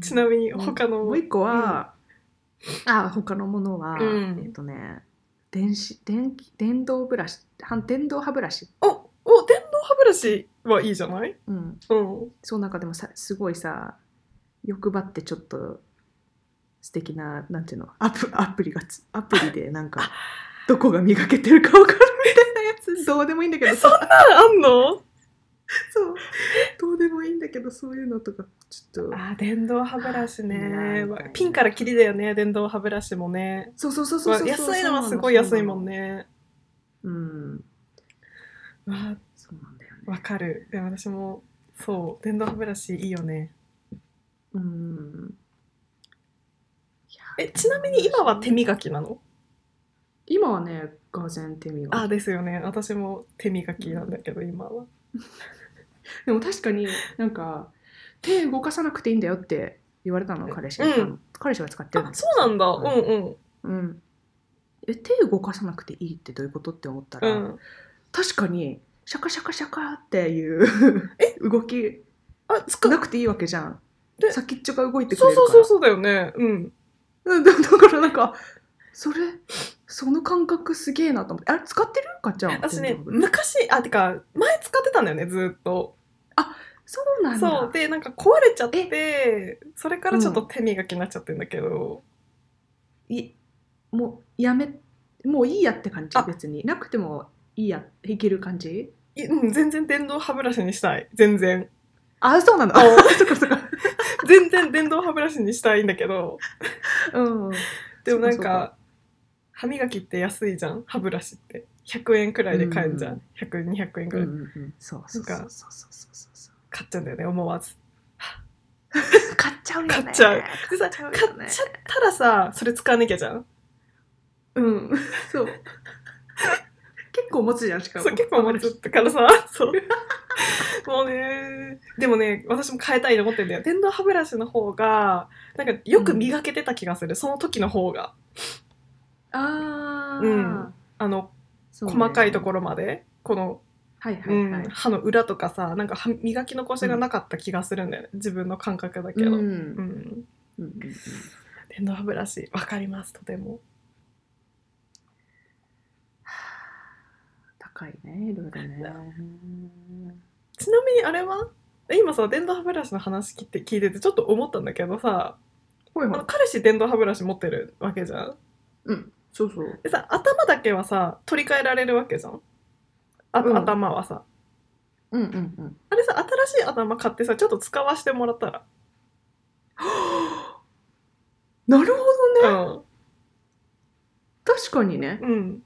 Speaker 4: ちなみに、他の。
Speaker 3: もう一個は、あ他のものは、
Speaker 4: うん
Speaker 3: えっとね電子電気電動ブラシは電動歯ブラシ、
Speaker 4: お、お、電動歯ブラシはいいじゃない
Speaker 3: うん、
Speaker 4: うん。
Speaker 3: そうなんかでもさすごいさ欲張ってちょっと素敵ななんていうのアプアプリがつアプリでなん かどこが磨けてるか分かるみたいなやつどうでもいいんだけどさ
Speaker 4: あ、あんの
Speaker 3: そうどうでもいいんだけどそういうのとかちょっと
Speaker 4: あ、電動歯ブラシ
Speaker 3: な
Speaker 4: ね
Speaker 3: んだよ。
Speaker 4: ピンからキリだよね、電動歯ブラシもね。
Speaker 3: そうそうそうそうそうそう
Speaker 4: 安いのはすごい安いもんね。
Speaker 3: うん
Speaker 4: わ
Speaker 3: そうなんだよね
Speaker 4: わかる。でも私も、そう、電動歯ブラシいいよね。
Speaker 3: うん
Speaker 4: え、ちなみに今は手磨きなの
Speaker 3: 今はねがぜ手磨き
Speaker 4: あ、ですよね。私も手磨きなんだけど、今は。
Speaker 3: でも確かになんか手動かさなくていいんだよって言われたの彼氏に、
Speaker 4: うん
Speaker 3: あの彼氏が使ってる
Speaker 4: あ
Speaker 3: の、
Speaker 4: そうなんだ。うんうん。
Speaker 3: うんえ手動かさなくていいってどういうことって思った
Speaker 4: う
Speaker 3: ら、
Speaker 4: ん。
Speaker 3: 確かにシャカシャカシャカっていう動き
Speaker 4: あ、つく。
Speaker 3: なくていいわけじゃん
Speaker 4: で
Speaker 3: 先っちょが動いてく
Speaker 4: そ
Speaker 3: れ
Speaker 4: う
Speaker 3: るか
Speaker 4: そ
Speaker 3: ら
Speaker 4: うそうそうだよね。うん。
Speaker 3: うんだだからなんかそれその感覚すげえなと思ってあれ使ってるかちゃん
Speaker 4: 私ね
Speaker 3: 電、動ブラシ
Speaker 4: 昔、あ、てか、前使ってたんだよね、ずーっと。
Speaker 3: そうなんだ
Speaker 4: そうでなんか壊れちゃってそれからちょっと手磨きになっちゃってんだけど、
Speaker 3: いもうやめもういいやって感じ
Speaker 4: あ
Speaker 3: 別になくてもいいやいける感じ
Speaker 4: いうん、全然電動歯ブラシにしたい全然
Speaker 3: あそう なんだ
Speaker 4: お
Speaker 3: そっかそっか
Speaker 4: 全然電動歯ブラシにしたいんだけ ど
Speaker 3: うん
Speaker 4: でもなん
Speaker 3: そうかそ
Speaker 4: か
Speaker 3: うか
Speaker 4: 歯磨きって安いじゃん歯ブラシって100円くらいで買えんじゃん、
Speaker 3: うん
Speaker 4: 100200円く
Speaker 3: う
Speaker 4: ら
Speaker 3: ん
Speaker 4: い、
Speaker 3: うんうんそうそうそうそうそうそうそうそう
Speaker 4: 買っちゃうんだよね思わず
Speaker 3: 買っちゃうよね
Speaker 4: 買っちゃうで
Speaker 3: 買
Speaker 4: さ
Speaker 3: っちゃ
Speaker 4: 買
Speaker 3: う
Speaker 4: っ
Speaker 3: よね
Speaker 4: ちゃったらさそれ使わなきゃじゃん
Speaker 3: うんそう結構持つじゃんしかも
Speaker 4: そう結構持つってからさそうもうねでもね私も変えたいと思ってんだよ電動歯ブラシの方がなんかよく磨けてた気がする、その時の方が
Speaker 3: ああ、
Speaker 4: うんあの細かいとこ
Speaker 3: ろ
Speaker 4: ろまでこの、
Speaker 3: はいは
Speaker 4: う
Speaker 3: いはい
Speaker 4: ん、歯の裏とかさなんか歯磨き残しがなかった気がするんだよね、自分の感覚だけど、
Speaker 3: う
Speaker 4: うん
Speaker 3: んうんうん
Speaker 4: 電動歯ブラシわかりますとても
Speaker 3: 高いねいろいろね
Speaker 4: ちなみにあれは今さ電動歯ブラシの話聞いて聞いててちょっと思ったんだけどさ、
Speaker 3: ほい
Speaker 4: あ
Speaker 3: ほい
Speaker 4: の彼氏電動歯ブラシ持ってるわけじゃん
Speaker 3: うんそうそう
Speaker 4: でさ頭だけはさ取り替えられるわけじゃんあ、
Speaker 3: うん
Speaker 4: 頭はさ
Speaker 3: うんうんうん
Speaker 4: あれさ新しい頭買ってさちょっと使わせてもらったら
Speaker 3: なるほどね、
Speaker 4: うん
Speaker 3: 確かにね
Speaker 4: うん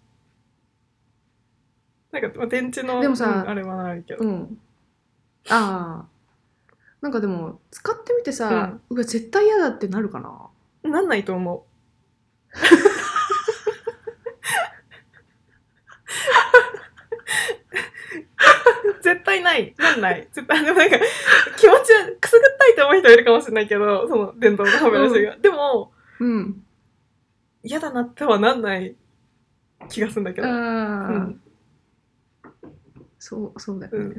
Speaker 4: なんか、まあ、電池の
Speaker 3: でもさ
Speaker 4: うんあれはないけど、
Speaker 3: うんああなんかでも使ってみてさ、うわ絶対嫌だってなるかな
Speaker 4: なんないと思う。 絶対ない。なんない。絶対、でもなんか、気持ちはくすぐったいと思う人いるかもしれないけど、その電動の歯ブラシが。でも、
Speaker 3: うん
Speaker 4: 嫌だなってはなんない気がするんだけ
Speaker 3: ああ
Speaker 4: ど。うん、
Speaker 3: そうそうだよ
Speaker 4: う
Speaker 3: ね
Speaker 4: ん。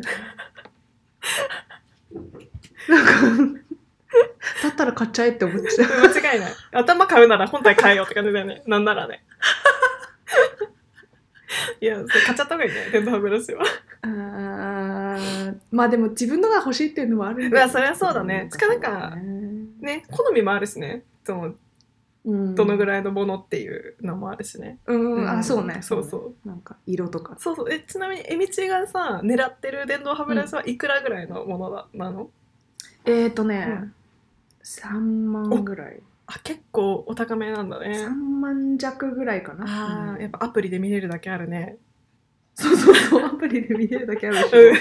Speaker 3: なんかだったら買っちゃえって思っちゃ う。
Speaker 4: 間違いない。頭買うなら本体買えよって感じだよね。なんなら ね。いや、それ買っちゃった方がいいね、電動歯ブラシは。
Speaker 3: あーまあでも自分のが欲しいっていうのもあるん
Speaker 4: まあそりゃそうだねつかなんかね、好みもあるしね。そのどのぐ
Speaker 3: い
Speaker 4: らいのものっていうのもあるしね。
Speaker 3: うん、
Speaker 4: ん
Speaker 3: あそうね
Speaker 4: そうそう。
Speaker 3: うなんか色とか
Speaker 4: そうそう。え、ちなみに、えみちがさ、狙ってる電動歯ブラシはいくらぐらいのものだ、なの
Speaker 3: えっ、ー、とね、
Speaker 4: うん
Speaker 3: 3万ぐらい
Speaker 4: あ、結構お高めなんだね
Speaker 3: 3。万弱ぐらいかなう
Speaker 4: ああ、
Speaker 3: ん
Speaker 4: やっぱアプリで見れるだけあるね。
Speaker 3: そうそうそうアプリで見れるだけあるでしょ
Speaker 4: うん。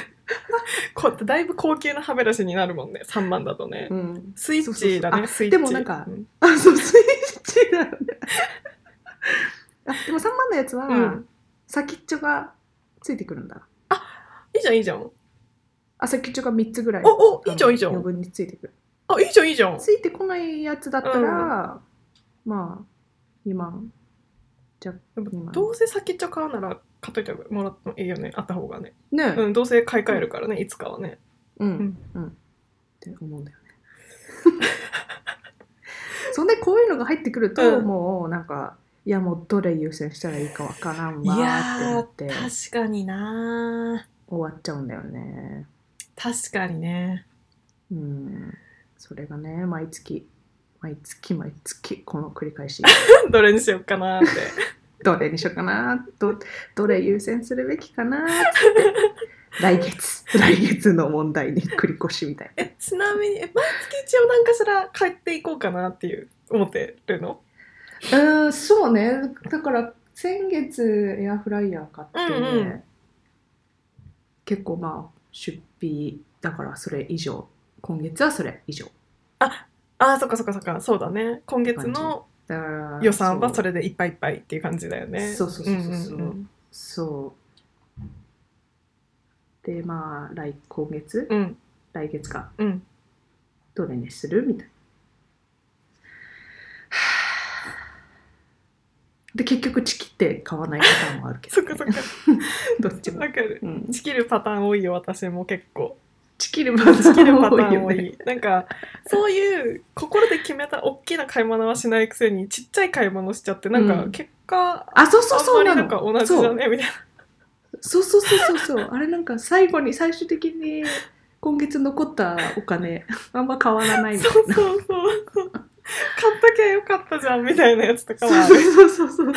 Speaker 4: こうだいぶ高級な歯ブラシになるもんね。3万だとね。
Speaker 3: うん、
Speaker 4: スイッチだね、
Speaker 3: そうそうそうあ
Speaker 4: スイッチ。
Speaker 3: でもなんか
Speaker 4: う
Speaker 3: あそうスイッチだよねあでも3万のやつは、
Speaker 4: うん
Speaker 3: 先っちょがついてくるんだ
Speaker 4: いいじゃん、いいじゃん。
Speaker 3: あ先っちょが3つぐらい
Speaker 4: おお
Speaker 3: あの
Speaker 4: いいじゃんいいじゃん
Speaker 3: 余分についてくる
Speaker 4: あ、いいじゃん、いいじゃん。
Speaker 3: ついてこないやつだったら、まあ2万じゃ
Speaker 4: で
Speaker 3: 2
Speaker 4: も
Speaker 3: 万
Speaker 4: どうせ先っちょ買うなら買っといてもらってもいいよね。あった方がね。
Speaker 3: ねえ
Speaker 4: うん、どうせ買い替えるからね、いつかはね。
Speaker 3: うん
Speaker 4: ん
Speaker 3: うんって思うんだよね そんでこういうのが入ってくると、
Speaker 4: うん
Speaker 3: もうなんかいやもうどれ優先したらいいかわからん
Speaker 4: い
Speaker 3: わーってな
Speaker 4: や
Speaker 3: って
Speaker 4: ー、確かにな
Speaker 3: 終わっちゃうんだよね
Speaker 4: 確かにね。
Speaker 3: うんそれがね毎月毎月毎月この繰り返し
Speaker 4: どれにしようかなって。
Speaker 3: どれにしようかなどどれ優先するべきかなって 来月来月の問題に繰り越しみたいな
Speaker 4: え、ちなみに、え毎月一応なんかしら買っていこうかなっていう、思ってるの
Speaker 3: うん、そうね。だから先月エアフライヤー買って、
Speaker 4: うんうん
Speaker 3: 結構まあ出費だからそれ以上今月はそれ以上
Speaker 4: あー、そっかそっかそっか、そうだね。今月の
Speaker 3: だから
Speaker 4: 予算はそ
Speaker 3: れ
Speaker 4: れでいっぱいいっぱいっていう感じだよね。
Speaker 3: そうそうそうそうそうん
Speaker 4: ん
Speaker 3: そうでまあ来今月、
Speaker 4: うん。うん
Speaker 3: 来月か
Speaker 4: うん
Speaker 3: どれにするみたいな はぁで結局チキって買わないパターンもあるけど
Speaker 4: そっ
Speaker 3: ね、
Speaker 4: か そっか。
Speaker 3: どっちも
Speaker 4: わかる。
Speaker 3: うん
Speaker 4: ちきるパターン多いよ、私も結 構。
Speaker 3: チキるパターン
Speaker 4: ちきるパターン多
Speaker 3: よね
Speaker 4: い。なんか、そういう、心で決めた大きな買い物はしないくせに、ちっちゃい買い物しちゃって、なん
Speaker 3: う
Speaker 4: か
Speaker 3: ん、
Speaker 4: 結果、
Speaker 3: あ、そうそうそ
Speaker 4: あ
Speaker 3: うん
Speaker 4: ま
Speaker 3: な
Speaker 4: りな
Speaker 3: の。
Speaker 4: んか同じじゃねみたい
Speaker 3: そうそうそうそうそうそう。あれなんか最後に最終的に今月残ったお金あんま変わらない
Speaker 4: な。
Speaker 3: みた
Speaker 4: そ
Speaker 3: いな。
Speaker 4: うそうそう。買ったけよかったじゃん、みたいなやつと
Speaker 3: そ
Speaker 4: か
Speaker 3: う
Speaker 4: はある。
Speaker 3: そうそうそう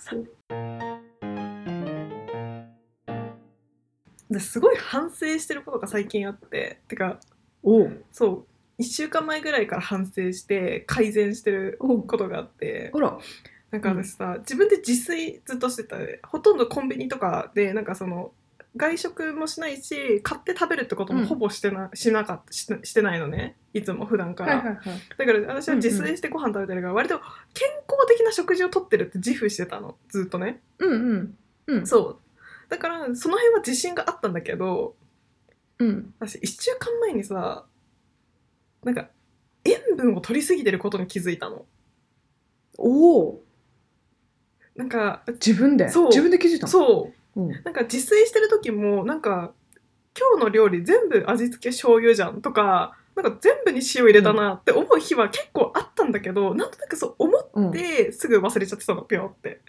Speaker 3: そう。
Speaker 4: ですごい反省してることが最近あって、てか、
Speaker 3: お
Speaker 4: そう、1週間前ぐらいから反省して、改善してる
Speaker 3: お
Speaker 4: ことがあって。
Speaker 3: ほら。
Speaker 4: なんか私さ、自分で自炊ずっとしてたでほとんどコンビニとかでなんかその外食もしないし買って食べるってこと
Speaker 3: う
Speaker 4: も
Speaker 3: ん
Speaker 4: ほぼしてな、しなかったししてないのねいつも普段から、
Speaker 3: い。
Speaker 4: だから私は自炊してご飯食べてるから、割と健康的な食事をとってるって自負してたのずっとね
Speaker 3: うんうん。うん。
Speaker 4: そうだからその辺は自信があったんだけど
Speaker 3: うん。
Speaker 4: 私1週間前にさなんか塩分を取りすぎてることに気づいたの
Speaker 3: おお。
Speaker 4: なんか
Speaker 3: 自分で。
Speaker 4: そう
Speaker 3: 自分で気づいたの。
Speaker 4: そうなんか自炊してる時もなんか今日の料理全部味付け醤油じゃんとかなんか全部に塩入れたなって思う日は結構あったんだけど、なんとなくそう思
Speaker 3: うん、う
Speaker 4: っ
Speaker 3: ん
Speaker 4: てすぐ忘れちゃってたのピョって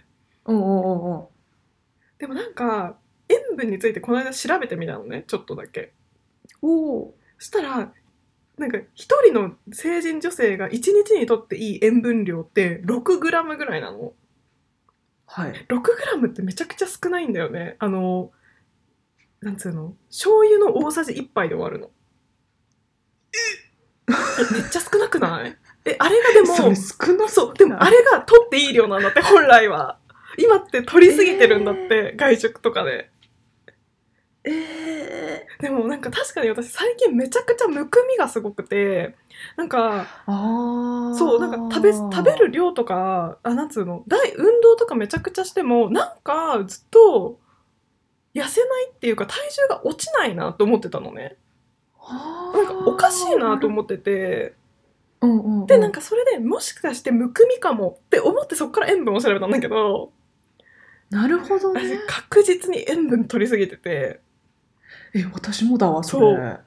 Speaker 3: うんうんうん
Speaker 4: でもなんか塩分についてこの間調べてみたのねちょっとだけ
Speaker 3: おお
Speaker 4: したらなんか一人の成人女性が一日にとっていい塩分量って6グラムぐらいなの
Speaker 3: はい
Speaker 4: 6グラムってめちゃくちゃ少ないんだよねあのなんつうの醤油の大さじ1杯で終わるのえめっちゃ少なくないえあれがで も
Speaker 3: それ少な
Speaker 4: そう、でもあれが取っていい量なんだって、本来は。今って取りすぎてるんだって、外食とかで。
Speaker 3: え
Speaker 4: でもなんか確かに私最近めちゃくちゃむくみがすごくて、なんか、
Speaker 3: ー、ああ
Speaker 4: そう、なんか食べ、食べる量とか、あ、なんつうの、大運動とかめちゃくちゃしても、なんかずっと痩せないっていうか体重が落ちないなと思ってたのね。
Speaker 3: な
Speaker 4: なんかおかしいなと思ってて、
Speaker 3: うんうんうん、
Speaker 4: で、なんかそれでもしかしてむくみかもって思ってそっから塩分を調べたんだけど、
Speaker 3: なるほどね
Speaker 4: 私確実に塩分取りすぎてて
Speaker 3: え私もだわそ
Speaker 4: そ
Speaker 3: れ
Speaker 4: う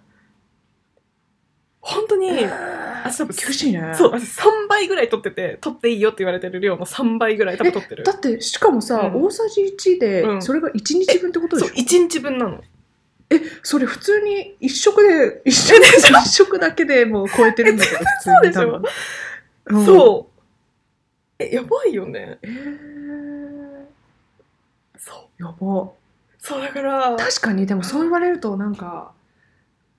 Speaker 4: 本当 にあ多分
Speaker 3: 厳しいね
Speaker 4: そう私3倍ぐらい取ってて取っていいよって言われてる量の3倍ぐらい多分 取ってる
Speaker 3: だってしかもさ、
Speaker 4: うん
Speaker 3: 大さじ1
Speaker 4: う
Speaker 3: で
Speaker 4: ん
Speaker 3: それが1日分ってことで
Speaker 4: そう
Speaker 3: しょ、
Speaker 4: 1日分なの
Speaker 3: えそれ普通に1食で1食一食だけでもう超えてるんだけど 普通に多分うん
Speaker 4: そうえやばいよね
Speaker 3: えー、
Speaker 4: そう
Speaker 3: やば
Speaker 4: そうだから
Speaker 3: 確かにでもそう言われるとなんか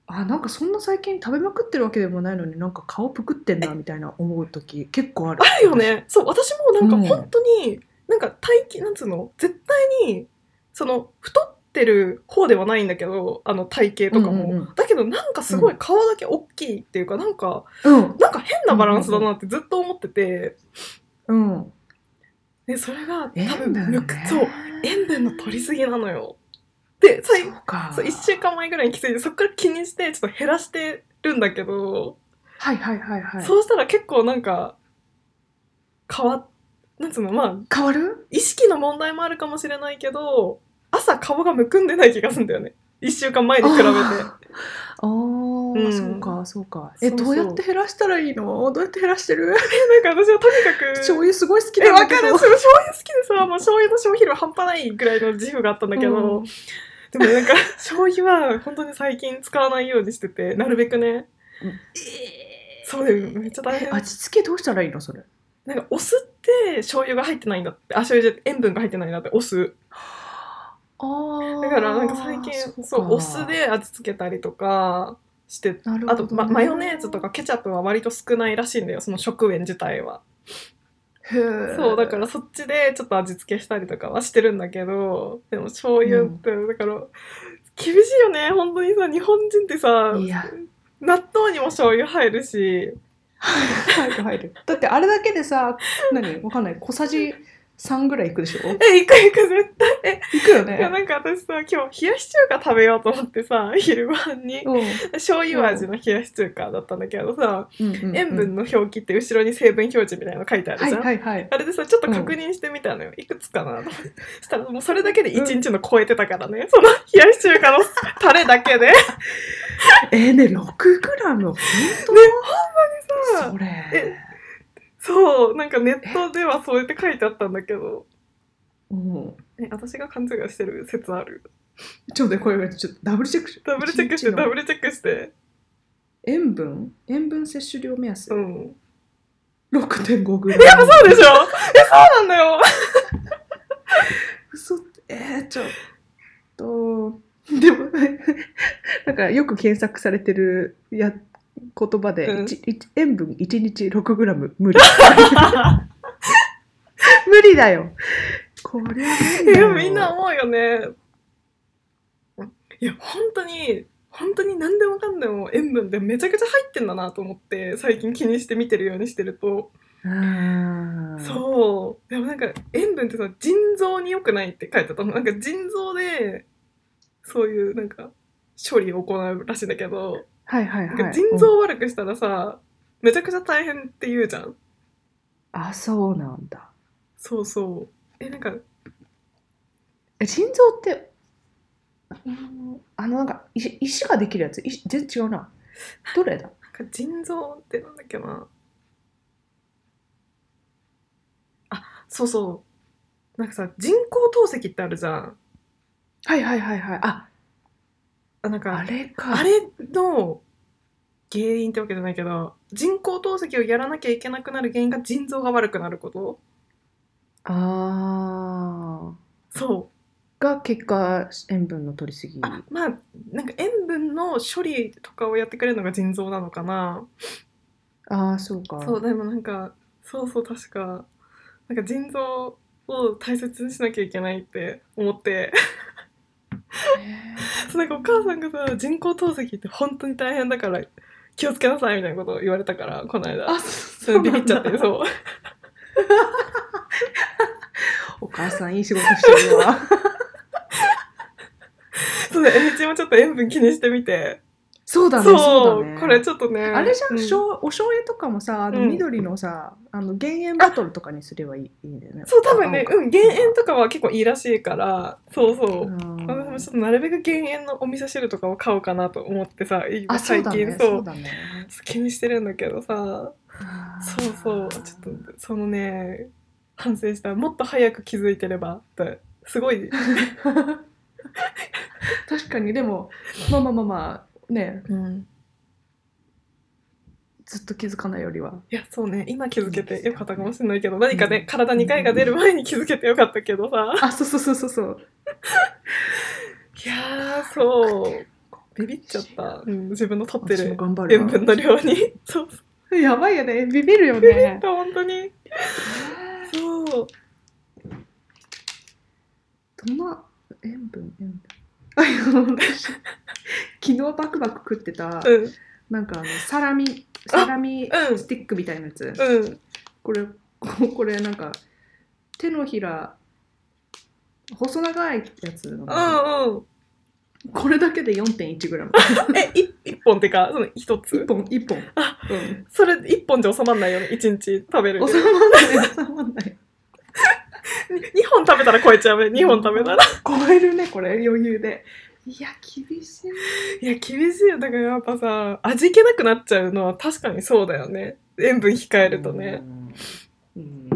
Speaker 3: あなんかそんな最近食べまくってるわけでもないのになんか顔ぷくってんなみたいな思う時結構ある
Speaker 4: あるよねそう私もなんか
Speaker 3: うん
Speaker 4: 本当に、なんか大気なんつうの絶対にその太ってる方ではないんだけどあの体型とかも、
Speaker 3: うんうんうん
Speaker 4: だけどなんかすごい顔だけ大きいっていうか、なんか
Speaker 3: うん
Speaker 4: なんか変なバランスだなってずっと思ってて、
Speaker 3: うん
Speaker 4: でそれが多分
Speaker 3: 塩分
Speaker 4: む
Speaker 3: ね
Speaker 4: くそう塩分の取りすぎなのよで最
Speaker 3: そうか
Speaker 4: そう1週間前ぐらいに気づいてそこから気にしてちょっと減らしてるんだけど、
Speaker 3: はいはいはいはい
Speaker 4: そうしたら結構なんか変わっなんつうのまあ
Speaker 3: 変わる
Speaker 4: 意識の問題もあるかもしれないけど朝顔がむくんでない気がするんだよね1週間前に比べて
Speaker 3: あー、
Speaker 4: うん
Speaker 3: そうかそうかえ
Speaker 4: そうそう
Speaker 3: どうやって減らしたらいいのどうやって減らしてる
Speaker 4: なんか私はとにかく
Speaker 3: 醤油すごい好き
Speaker 4: え、
Speaker 3: なん
Speaker 4: わ
Speaker 3: だ
Speaker 4: か
Speaker 3: け
Speaker 4: る。
Speaker 3: ど
Speaker 4: そう醤油好きでさ、もう醤油の消費量半端ないぐらいの自負があったんだけど、
Speaker 3: うん
Speaker 4: でもなんか、醤油は本当に最近使わないようにしてて、なるべくね。そうだよ、めっちゃ大
Speaker 3: え
Speaker 4: 変。
Speaker 3: 味付けどうしたらいいのそれ
Speaker 4: なんか、お酢って醤油が入ってないんだって、あ、醤油じゃ塩分が入ってないんだって、お酢。
Speaker 3: あー
Speaker 4: だから、なんか最近、そう
Speaker 3: か
Speaker 4: お酢で味付けたりとかして、
Speaker 3: なるほ
Speaker 4: あ
Speaker 3: どね、
Speaker 4: と、ま、マヨネーズとかケチャップは割と少ないらしいんだよ、その食塩自体は。
Speaker 3: へー
Speaker 4: そうだからそっちでちょっと味付けしたりとかはしてるんだけどでも醤油って、だから厳しいよね本当にさ日本人ってさ
Speaker 3: いや
Speaker 4: 納豆にも醤油入るし
Speaker 3: 入る入るだってあれだけで さ何わかんない小さじ3ぐらいいくでしょい
Speaker 4: え行く行く絶対
Speaker 3: くよ
Speaker 4: い
Speaker 3: ね
Speaker 4: やなんか私さ今日冷やし中華食べようと思ってさ昼ご飯に
Speaker 3: うん
Speaker 4: 醤油味の冷やし中華だったんだけどさ、
Speaker 3: うんうんうん
Speaker 4: 塩分の表記って後ろに成分表示みたいなの書いてある
Speaker 3: は
Speaker 4: じ
Speaker 3: い
Speaker 4: ゃん、
Speaker 3: はいはい
Speaker 4: あれでさちょっと確認してみたのよ、いくつかなと思ってしたらもうそれだけで1日の超えてたからね、その冷やし中華のタレだけで
Speaker 3: えー、ね6グラムほんと
Speaker 4: ね
Speaker 3: それ
Speaker 4: えそうなんかネットではそうやって書いてあったんだけど
Speaker 3: うん
Speaker 4: え私が勘違いしてる説ある
Speaker 3: ちょっとねこれちょっとダブルチェックし
Speaker 4: ダブルチェックして
Speaker 3: 一日の
Speaker 4: ダブルチェックして
Speaker 3: 塩分塩分摂取量目安、
Speaker 4: うん
Speaker 3: 6.5グラムやば
Speaker 4: そうでしょえそうなんだよ
Speaker 3: 嘘えー、ちょっとでもなんかよく検索されてるや言葉で、
Speaker 4: うん
Speaker 3: 一一塩分1日6グラム無 理無理だよこれは無理
Speaker 4: い
Speaker 3: だ
Speaker 4: や
Speaker 3: よ
Speaker 4: みんな思うよねいや本当に本当に何でもかんでも塩分ってめちゃくちゃ入ってんだなと思って最近気にして見てるようにしてると
Speaker 3: うん
Speaker 4: そうでもなんか塩分ってさ腎臓に良くないって書いてあったのなんか腎臓でそういうなんか処理を行うらしいんだけど、
Speaker 3: はいはい
Speaker 4: なん
Speaker 3: は
Speaker 4: か
Speaker 3: い
Speaker 4: 腎
Speaker 3: うん
Speaker 4: 臓悪くしたらさ、めちゃくちゃ大変って言うじゃん
Speaker 3: あそうなんだ
Speaker 4: そうそうえなんか
Speaker 3: え腎臓ってうんあのなんか石石ができるやつ石全然違うなどれだ
Speaker 4: なんか腎臓ってなんだっけなあそうそうなんかさ人工透析ってあるじゃん
Speaker 3: はいはいはいはいあ
Speaker 4: あなんか
Speaker 3: あれか
Speaker 4: あれの原因ってわけじゃないけど人工透析をやらなきゃいけなくなる原因が腎臓が悪くなること
Speaker 3: あー
Speaker 4: そ
Speaker 3: が結果塩分の取りすぎ
Speaker 4: うあまあなんか塩分の処理とかをやってくれるのが腎臓なのかな
Speaker 3: ああそうか
Speaker 4: そうでもなんかそうそう確かなんか腎臓を大切にしなきゃいけないって思って
Speaker 3: へ
Speaker 4: そうなんかお母さんがさ人工透析って本当に大変だから気をつけなさいみたいなことを言われたからこの間
Speaker 3: ーそ
Speaker 4: それビビっちゃって
Speaker 3: う
Speaker 4: そう
Speaker 3: お母さんいい仕事してるわ
Speaker 4: そう ねえみちもちょっと塩分気にしてみて
Speaker 3: そうだね
Speaker 4: そ
Speaker 3: そううだね
Speaker 4: これちょっとね
Speaker 3: あれじゃん、
Speaker 4: う
Speaker 3: しょうお醤油とかもさあの
Speaker 4: うん
Speaker 3: 緑のさ、あの減塩ボトルとかにすればいいいいんだよね
Speaker 4: そう多分ね
Speaker 3: 青か
Speaker 4: うん減塩とかは結構いいらしいからそうそう、
Speaker 3: うん
Speaker 4: 私もちょっとなるべく減塩のお味噌汁とかを買おうかなと思ってさ今
Speaker 3: あそう
Speaker 4: 最
Speaker 3: だ
Speaker 4: 近
Speaker 3: ね
Speaker 4: そう
Speaker 3: だね
Speaker 4: 気にしてるんだけどさそうそう
Speaker 3: あー
Speaker 4: ちょっとそのね反省したもっと早く気づいてればってすごい、
Speaker 3: 確かにでもまあまあまあまあね
Speaker 4: うん、
Speaker 3: ずっと気づかないよりはい
Speaker 4: やそうね今気づけてよかったかもしれないけど何かね、体に害が出る前に気づけてよかったけどさ
Speaker 3: あそうそうそうそうそう
Speaker 4: いやーそうビビっちゃった、うん、自分の取って
Speaker 3: 私も
Speaker 4: る
Speaker 3: 頑張る
Speaker 4: 塩
Speaker 3: わ
Speaker 4: 分の量にそう
Speaker 3: やばいよねビビるよ
Speaker 4: ビビっ
Speaker 3: ね
Speaker 4: た本当にそう
Speaker 3: どんな塩分塩分あいや私昨日バクバク食ってた、
Speaker 4: うん
Speaker 3: なんかあのサラミサラミ
Speaker 4: うん
Speaker 3: スティックみたいなやつ、
Speaker 4: うん
Speaker 3: これ ここれなんか手のひら細長いやつなの
Speaker 4: うんうん
Speaker 3: これだけで 4.1g
Speaker 4: えい一本ってかその一
Speaker 3: 一
Speaker 4: つ
Speaker 3: 本一本うん
Speaker 4: それ一本じゃ収まんないよね一日食べる
Speaker 3: 収まんない収まんない
Speaker 4: 2本食べたら超えちゃうね2本食べたら
Speaker 3: 超えるねこれ余裕でいや厳しい
Speaker 4: いや厳しいよだからやっぱさ味気なくなっちゃうのは確かにそうだよね塩分控えるとね
Speaker 3: うん、うん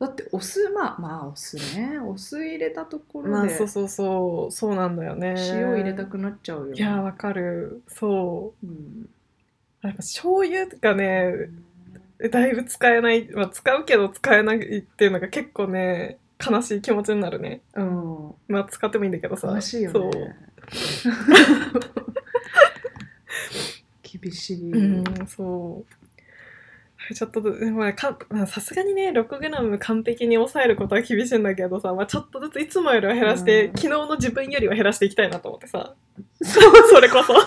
Speaker 3: だってお酢まあまあお酢ねお酢入れたとこ
Speaker 4: ま
Speaker 3: ろ
Speaker 4: あ
Speaker 3: で
Speaker 4: そうそうそうそうなんだよね
Speaker 3: 塩入れたくなっちゃうよ、ね
Speaker 4: いやわかるそ
Speaker 3: うん
Speaker 4: うやっぱ醤油がねだいぶ使えない、まあ、使うけど使えないっていうのが結構ね悲しい気持ちになるね
Speaker 3: うん
Speaker 4: まあ使ってもいいんだけどさ
Speaker 3: 悲しいよ
Speaker 4: そう
Speaker 3: ね 厳しい、
Speaker 4: うん、そう。ちょっとずつ、まあかまあ、さすがにね、6g 完璧に抑えることは厳しいんだけどさ、まあ、ちょっとずついつもよりは減らして、
Speaker 3: うん
Speaker 4: 昨日の自分よりは減らしていきたいなと思って さ、
Speaker 3: そう
Speaker 4: それこそ。
Speaker 3: 確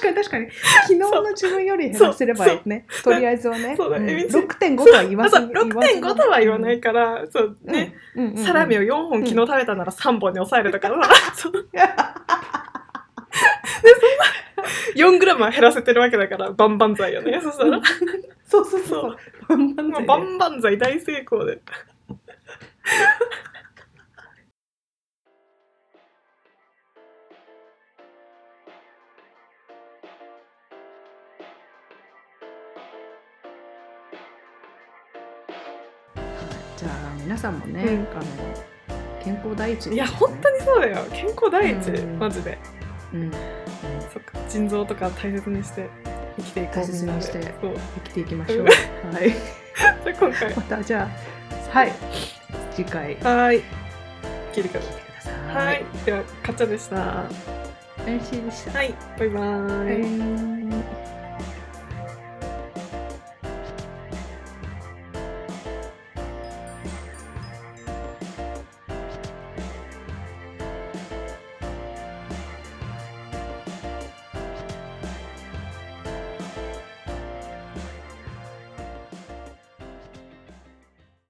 Speaker 3: かに確かに昨日の自分より減らせればいいねとりあえずはね
Speaker 4: そうだ
Speaker 3: ん
Speaker 4: エビチ
Speaker 3: 6.5とは言わ
Speaker 4: まあ
Speaker 3: ず
Speaker 4: そう
Speaker 3: に
Speaker 4: 6.5とは言わないから、そうね、、
Speaker 3: うんうんうんうん
Speaker 4: サラミを4
Speaker 3: う
Speaker 4: 本
Speaker 3: ん
Speaker 4: 昨日食べたなら3本に抑えるとかさ、 そうで、そんな、4g は減らせてるわけだから、バンバン剤よね。そしたら、
Speaker 3: そうそうそ
Speaker 4: そう
Speaker 3: バンバン
Speaker 4: も
Speaker 3: だ
Speaker 4: う
Speaker 3: よ
Speaker 4: バ
Speaker 3: ね
Speaker 4: ンバン剤大成功で。
Speaker 3: じゃあ皆さんもね、
Speaker 4: うん
Speaker 3: あの健康第一、
Speaker 4: いや、本当にそうだよ。健康第一、
Speaker 3: うん
Speaker 4: マジで。
Speaker 3: 当に、うん、
Speaker 4: そっか腎臓とか大切にして生きていこう
Speaker 3: 大切にして
Speaker 4: みんなでそう
Speaker 3: 生きていきましょう、
Speaker 4: うん
Speaker 3: はい
Speaker 4: じゃあ今回
Speaker 3: またじゃあはい次回
Speaker 4: はーい聞いてくださ
Speaker 3: 聞いてくださ
Speaker 4: い
Speaker 3: い
Speaker 4: はーいではかっちゃんでしたは
Speaker 3: 練習でした、
Speaker 4: いバイバーイ
Speaker 3: はい